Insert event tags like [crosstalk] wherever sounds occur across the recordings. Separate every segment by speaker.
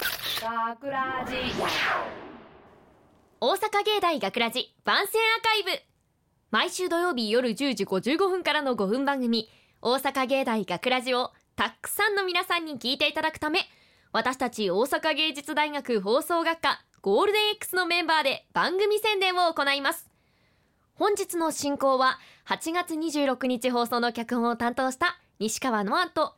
Speaker 1: 学ラジ
Speaker 2: 大阪芸大学ラジ番宣アーカイブ毎週土曜日夜10時55分からの5分番組大阪芸大学ラジをたくさんの皆さんに聞いていただくため私たち大阪芸術大学放送学科ゴールデン X のメンバーで番組宣伝を行います本日の進行は8月26日放送の脚本を担当した西川ノアと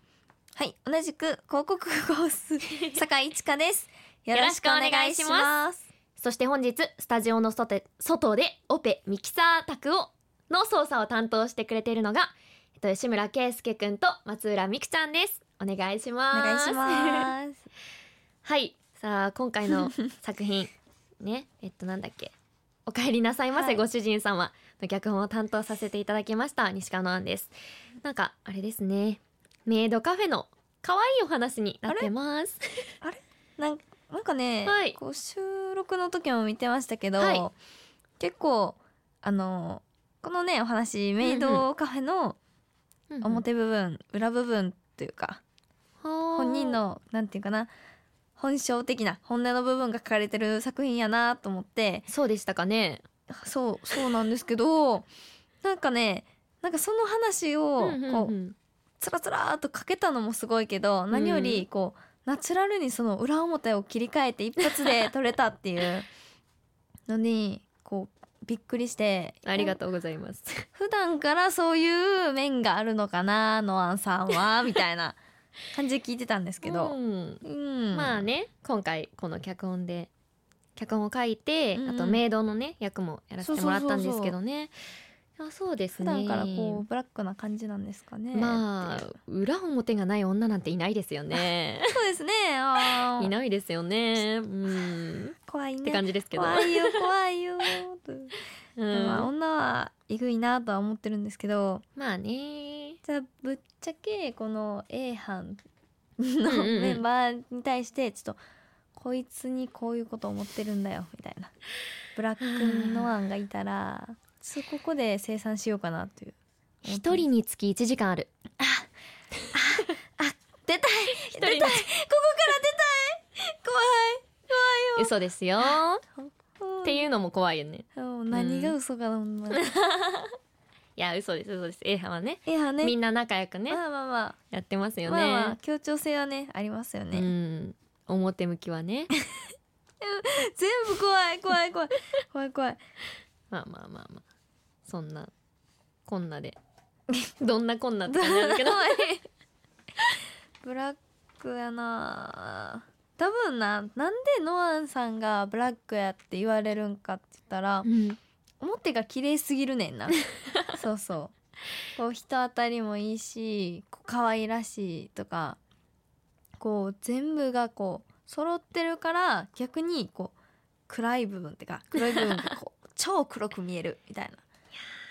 Speaker 3: はい、同じく広告コー
Speaker 2: [laughs]
Speaker 3: ス坂井一華です。よ。
Speaker 2: ろしくお願いしますそして本日スタジオの外で外でオペミキサー宅をの操作を担当してくれているのが、えっと、吉村圭介くんと松浦美久ちゃんですお願いし
Speaker 3: お
Speaker 2: ます
Speaker 3: 願いし
Speaker 2: す
Speaker 3: ます。
Speaker 2: [laughs] はいさあ今回の作
Speaker 3: [laughs]
Speaker 2: 品ねえっとなんだっけお帰りなさいませ、
Speaker 3: はい
Speaker 2: ご主人様の脚本を担当させていただきました西川のあんですなんかあれですねメイドカフェの可愛いお話になってます
Speaker 3: なんなんかね、
Speaker 2: はい
Speaker 3: こう収録の時も見てましたけど、
Speaker 2: はい
Speaker 3: 結構あのこのねお話メイドカフェの表部分、裏部分というか本
Speaker 2: 本
Speaker 3: 人のなんていうかな本性的な本音の部分が書かれてる作品やなと思って
Speaker 2: そうでしたかね
Speaker 3: そうそうなんですけどなんかねなんかその話を
Speaker 2: うんうん
Speaker 3: こう
Speaker 2: うん
Speaker 3: つらつらーっとかけたのもすごいけど何よりこう、ナチュラルにその裏表を切り替えて一発で撮れたっていうのにこうびっくりして
Speaker 2: ありがとうございます。
Speaker 3: 普段からそういう面があるのかなノアンさんはみたい
Speaker 2: [laughs]
Speaker 3: な感じで聞いてたんですけど、
Speaker 2: うん
Speaker 3: うん
Speaker 2: まあね今回この脚本で脚本を書いて、
Speaker 3: うんうん
Speaker 2: あとメイドのね役もやらせてもらったんですけどね。いやそうです
Speaker 3: 普
Speaker 2: ね。
Speaker 3: 段からこうブラックな感じなんですかね。
Speaker 2: ま
Speaker 3: っ
Speaker 2: あ
Speaker 3: ていう
Speaker 2: 裏表がない女なんていないですよね。
Speaker 3: そうですね。 [laughs] あ
Speaker 2: [laughs]
Speaker 3: ー
Speaker 2: いないですよね。うん
Speaker 3: 怖いね。
Speaker 2: って感じですけど。
Speaker 3: 怖いよ怖いよ。と
Speaker 2: う
Speaker 3: まあ
Speaker 2: ん、
Speaker 3: 女はえぐいなとは思ってるんですけど。
Speaker 2: まあね。
Speaker 3: じゃあぶっちゃけこの A 班
Speaker 2: うん
Speaker 3: の
Speaker 2: うんうん
Speaker 3: メンバーに対してちょっとこいつにこういうこと思ってるんだよみたいなブラックノアンがいたらそここで生産しようかなという
Speaker 2: 一人につき一時間ある。
Speaker 3: 出たい
Speaker 2: 一
Speaker 3: 出たいここから出たい
Speaker 2: [laughs] 嘘ですよ。
Speaker 3: 怖い怖いよ
Speaker 2: っていうのも怖いよね。
Speaker 3: うんもう何が嘘かなほんまに
Speaker 2: いや嘘です嘘です。A 班はね
Speaker 3: いやね
Speaker 2: みんな仲良くね
Speaker 3: まあまあまあ
Speaker 2: やってますよね。
Speaker 3: まあまあ協調性はねありますよね、
Speaker 2: うん表向きは [laughs] ね
Speaker 3: 全部怖い怖い怖い怖い怖い
Speaker 2: まあまあまあまあそんなこんなで [laughs] どんなこんなって感じなんですけど
Speaker 3: ブラックやな多分ななんでノアンさんがブラックやって言われるんかって言ったら
Speaker 2: [laughs] うん
Speaker 3: 表が綺麗すぎるね
Speaker 2: [laughs]
Speaker 3: んなそうそうこう人当たりもいいしこう可愛らしいとかこう全部がこう揃ってるから逆にこう暗い部分ってか黒い部分がこ
Speaker 2: [laughs]
Speaker 3: う超黒く見えるみたいな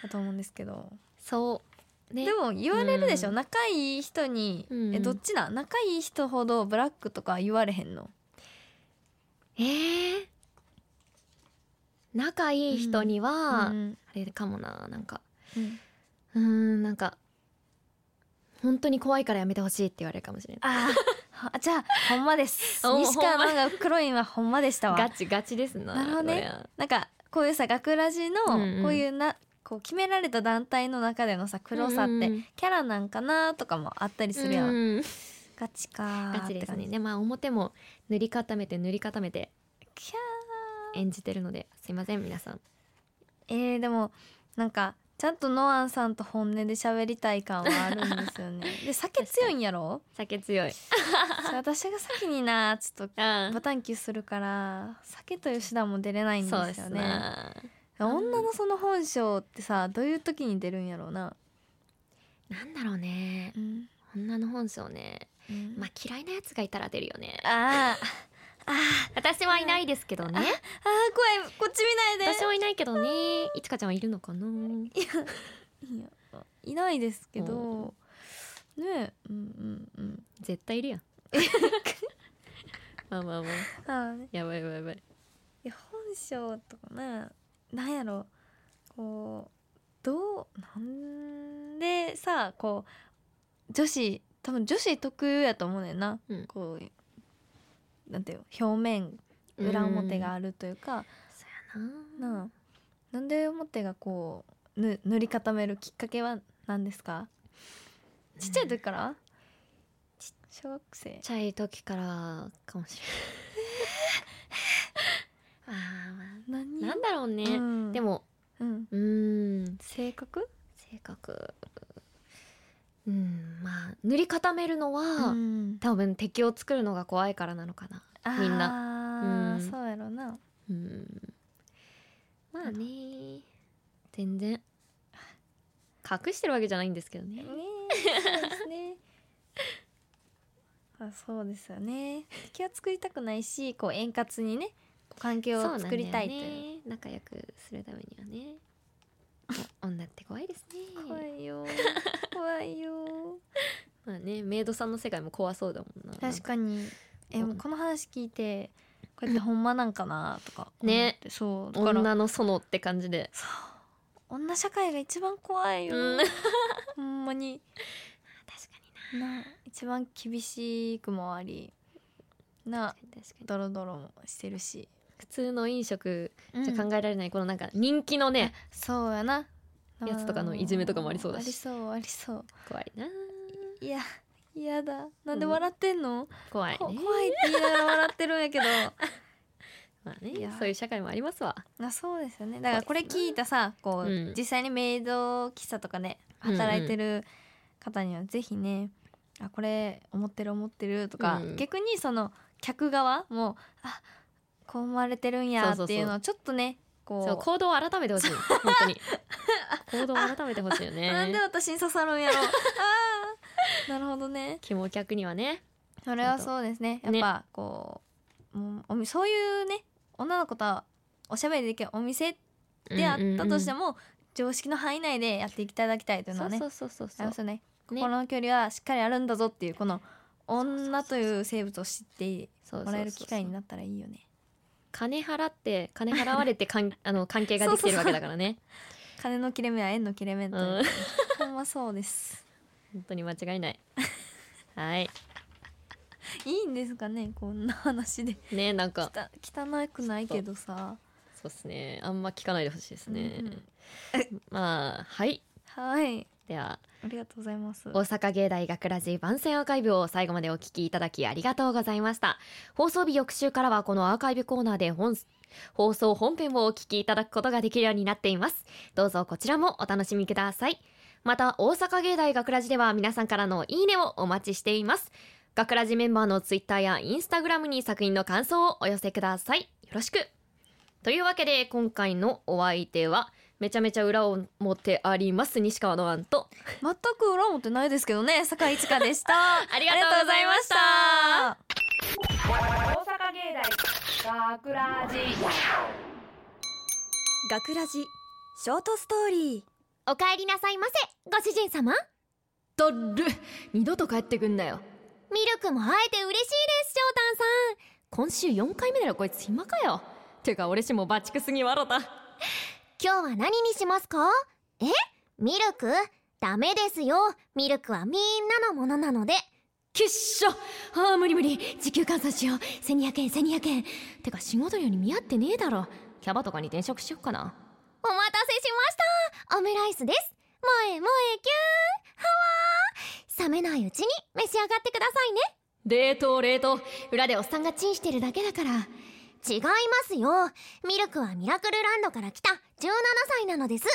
Speaker 3: だと思うんですけど
Speaker 2: そうね
Speaker 3: でも言われるでしょ、
Speaker 2: うん
Speaker 3: 仲いい人に、
Speaker 2: うん
Speaker 3: えどっちだ仲いい人ほどブラックとか言われへんの
Speaker 2: えー、仲いい人には、
Speaker 3: うん
Speaker 2: あれかもななんか
Speaker 3: うん
Speaker 2: うーんなんか本当に怖いからやめてほしいって言われるかもしれない
Speaker 3: あ [laughs] ーあじゃあほんまです
Speaker 2: お
Speaker 3: 西川のが黒いんはほんまでした
Speaker 2: ガ
Speaker 3: わ
Speaker 2: チガチですな
Speaker 3: なるほどね
Speaker 2: これは
Speaker 3: なんかこういうさ学ラジの
Speaker 2: うんうん
Speaker 3: こういうな、こう決められた団体の中でのさ黒さっ
Speaker 2: うんう
Speaker 3: て
Speaker 2: ん
Speaker 3: キャラなんかなとかもあったりするやん、
Speaker 2: うん
Speaker 3: ガチかー
Speaker 2: ガチで
Speaker 3: って
Speaker 2: す
Speaker 3: 感
Speaker 2: ね
Speaker 3: じ
Speaker 2: でまあ表も塗り固めて塗り固めて
Speaker 3: キャー
Speaker 2: 演じてるのですいません皆さん
Speaker 3: えー、でもなんかちゃんとノアンさんと本音で喋りたい感はあるんですよね [laughs] で酒強いんやろ
Speaker 2: 酒強い
Speaker 3: それ私が先になちょっ
Speaker 2: あ
Speaker 3: とボタンキューするから酒と吉田も出れないんですよね
Speaker 2: そうですな
Speaker 3: 女のその本性ってさどういう時に出るんやろうな、
Speaker 2: なんだろうね
Speaker 3: うん
Speaker 2: 女の本性ね
Speaker 3: うん
Speaker 2: まあ嫌いなやつがいたら出るよね
Speaker 3: あーあーあ
Speaker 2: 私はいないですけどね
Speaker 3: ー怖いこっち見ないで
Speaker 2: 私はいないけどねいちかちゃんはいるのかない
Speaker 3: やいないですけど、ねえうんうんうん
Speaker 2: 絶対いるやん [laughs] まあまあまあ
Speaker 3: あーね
Speaker 2: やばいやばいやばい
Speaker 3: いや本性とかねなんやろこうどうなんでさこう女子多分女子特有やと思うねんな、
Speaker 2: うん
Speaker 3: こうなんていうの表面裏表が
Speaker 2: あ
Speaker 3: あるというか、
Speaker 2: るな
Speaker 3: なあなんで表がこうぬ塗り固めるきっかけは何ですかちっちゃい時から、小学生
Speaker 2: ちっちゃい時からかもしれない
Speaker 3: 何
Speaker 2: [laughs] まあまあなんだろうね、
Speaker 3: うん
Speaker 2: でも
Speaker 3: うん、
Speaker 2: うーん
Speaker 3: 性格
Speaker 2: 性格うんまあ塗り固めるのは、
Speaker 3: うん
Speaker 2: 多分敵を作るのが怖いからなのかなみん
Speaker 3: な
Speaker 2: うん
Speaker 3: そうやろな
Speaker 2: うんまあね全然隠してるわけじゃないんですけどね
Speaker 3: ねえそうです
Speaker 2: [laughs]
Speaker 3: ねあそうですよね敵は作りたくないしこう円滑にねこう関係
Speaker 2: そうな
Speaker 3: を
Speaker 2: んだ
Speaker 3: 作
Speaker 2: よ
Speaker 3: りたいという
Speaker 2: ね仲良くするためには
Speaker 3: [laughs]
Speaker 2: ねお女って怖いですね
Speaker 3: 怖
Speaker 2: [laughs]
Speaker 3: いよ怖いよ
Speaker 2: まあねメイドさんの世界も怖そうだもんな
Speaker 3: 確かにえ
Speaker 2: うん
Speaker 3: もうこの話聞いてこれってほんまなんかなとか
Speaker 2: [laughs]
Speaker 3: 思
Speaker 2: ね
Speaker 3: ってそうだから
Speaker 2: 女の園って感じで
Speaker 3: そう女社会が一番怖
Speaker 2: [laughs]
Speaker 3: いよ、
Speaker 2: うん
Speaker 3: ほんまに
Speaker 2: 確か
Speaker 3: な一番厳しくもありな
Speaker 2: に確かに
Speaker 3: ドロドロもしてるし、
Speaker 2: 普通の飲食じゃ
Speaker 3: うん
Speaker 2: 考えられない、このなんか人気のね
Speaker 3: そうやな
Speaker 2: やつとかのいじめとかもありそうだし
Speaker 3: ありそうありそう
Speaker 2: 怖いない
Speaker 3: や嫌だなんで笑ってんの、
Speaker 2: 怖いね
Speaker 3: こ怖いって言いながら笑ってるん
Speaker 2: [laughs]
Speaker 3: やけど
Speaker 2: まあね
Speaker 3: いや
Speaker 2: そういう社会もありますわ
Speaker 3: なそうですよねだからこれ聞いたさこう、
Speaker 2: うん
Speaker 3: 実際にメイド喫茶とかで働いてる方にはぜひね、あこれ思ってる思ってるとか、
Speaker 2: うん
Speaker 3: 逆にその客側もあこう思われてるんや
Speaker 2: そうそうそう
Speaker 3: っていうのはちょっとねこう
Speaker 2: そう行動を改めてほしい本当
Speaker 3: [laughs]
Speaker 2: に行動を改めてほしいよね
Speaker 3: なんで私に刺さるんやろあーなるほどね
Speaker 2: キモ客にはね
Speaker 3: それはそうですねやっ
Speaker 2: ね
Speaker 3: ぱこう、もうおみそういうね女の子とおしゃべりできるお店であったとして
Speaker 2: も、
Speaker 3: も、常識の範囲内でやっていただきたいというのはね
Speaker 2: そうそうそう
Speaker 3: あ
Speaker 2: そう
Speaker 3: りますよね
Speaker 2: ね
Speaker 3: 心の距離はしっかりあるんだぞっていうこの女という生物を知って
Speaker 2: そう
Speaker 3: もらえる機会に
Speaker 2: な
Speaker 3: なったらいいよね
Speaker 2: 金払って金払われて
Speaker 3: [laughs]
Speaker 2: かんあの関係ができてるわけだからね
Speaker 3: 金の切れ目は縁の切れ目という
Speaker 2: うん
Speaker 3: ほんまそうです
Speaker 2: 本当に間違いないはい
Speaker 3: いいんですかねこんな話で
Speaker 2: ねなんか
Speaker 3: た汚くないけどさ
Speaker 2: そうですねあんま聞かないでほしいですね、
Speaker 3: うんうん
Speaker 2: まあはい
Speaker 3: はい
Speaker 2: では
Speaker 3: ありがとうございます
Speaker 2: 大阪芸大学ラジ番宣アーカイブを最後までお聞きいただきありがとうございました放送日翌週からはこのアーカイブコーナーで本放送本編をお聞きいただくことができるようになっていますどうぞこちらもお楽しみくださいまた大阪芸大学ラジでは皆さんからのいいねをお待ちしています学ラジメンバーのツイッターやインスタグラムに作品の感想をお寄せくださいよろしくというわけで今回のお相手はめちゃめちゃ裏を持ってあります西川のあんと
Speaker 3: 全く裏表ないですけどね坂井一華でした
Speaker 2: ありがとうございました
Speaker 3: ありがとうございました
Speaker 1: 大阪芸大学ラジ
Speaker 4: 学ラジショートストーリー
Speaker 2: お帰りなさいませご主人様
Speaker 5: だる二度と帰ってくんなよ
Speaker 2: ミルクも会えて嬉しいです翔
Speaker 5: 今週4回目だろこいつ暇かよてか俺しもバチクすぎ笑った
Speaker 2: 太さん今日は何にしますかえミルクダメですよミルクはみんなのものなので
Speaker 5: きっしょあー無理無理時給換算しよう1200円1200円てか仕事量に見合ってねえだろキャバとかに転職しよっかな
Speaker 2: お待たせしましたオムライスです萌え萌えキューンハワー冷めないうちに召し上がってくださいね
Speaker 5: 冷凍冷凍裏でおっさんがチンしてるだけだから
Speaker 2: 違いますよミルクはミラクルランドから来た17歳なのです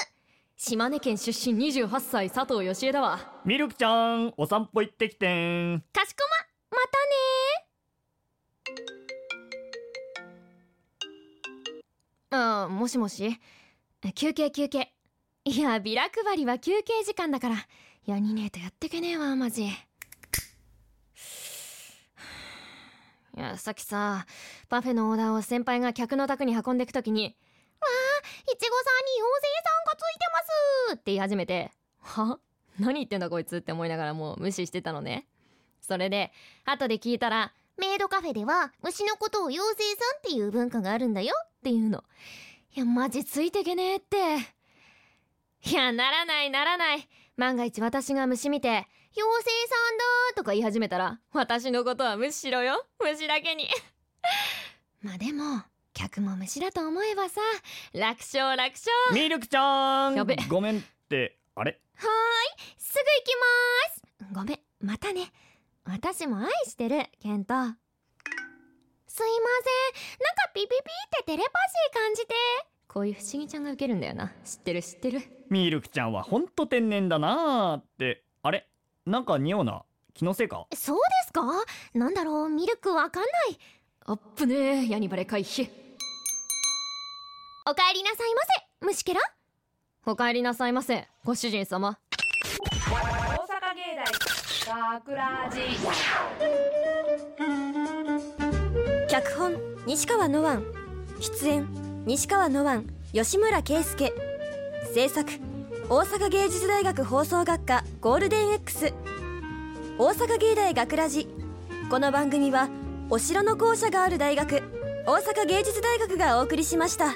Speaker 5: 島根県出身28歳佐藤義恵だわ
Speaker 6: ミルクちゃんお散歩行ってきてん
Speaker 2: かしこままたね
Speaker 5: あーもしもし休憩休憩いやビラ配りは休憩時間だからやにねえとやってけねえわマジい [sighs] やさっきさパフェのオーダーを先輩が客の宅に運んでくときに
Speaker 2: いちごさんに妖精さんがついてます
Speaker 5: 「うーって言い始めて「は [laughs] 何言ってんだこいつ」って思いながらもう無視してたのねそれで後で聞いたら
Speaker 2: メイドカフェでは虫のことを妖精さんっていう文化があるんだよっていうの
Speaker 5: いやマジついてけねえっていやならないならない万が一私が虫見て
Speaker 2: 妖精さんだ
Speaker 5: とか言い始めたら私のことは無視しろよ虫だけに
Speaker 2: [laughs] まあでも客も虫だと思えばさ楽勝楽勝
Speaker 6: ミルクちゃん
Speaker 2: やべ
Speaker 6: ごめんってあれ
Speaker 2: はーいすぐ行きますごめんまたね私も愛してるケントすいませんなんかピピピってテレパシー感じてこういう不思議ちゃんがウケるんだよな知ってる知ってる
Speaker 6: ミルクちゃんはほんと天然だなーってあれなんか匂うな気のせいか
Speaker 2: そうですかなんだろうミルクわかんない
Speaker 7: あっぶねえヤニバレ回避
Speaker 2: おかえりなさいませ虫けら
Speaker 7: お帰りなさいませご主人様
Speaker 1: 大阪芸大学ラジ
Speaker 8: 脚本西川のわん出演西川のわん吉村圭介制作大阪芸術大学放送学科ゴールデン X 大阪芸大学ラジこの番組はお城の校舎がある大学大阪芸術大学がお送りしました。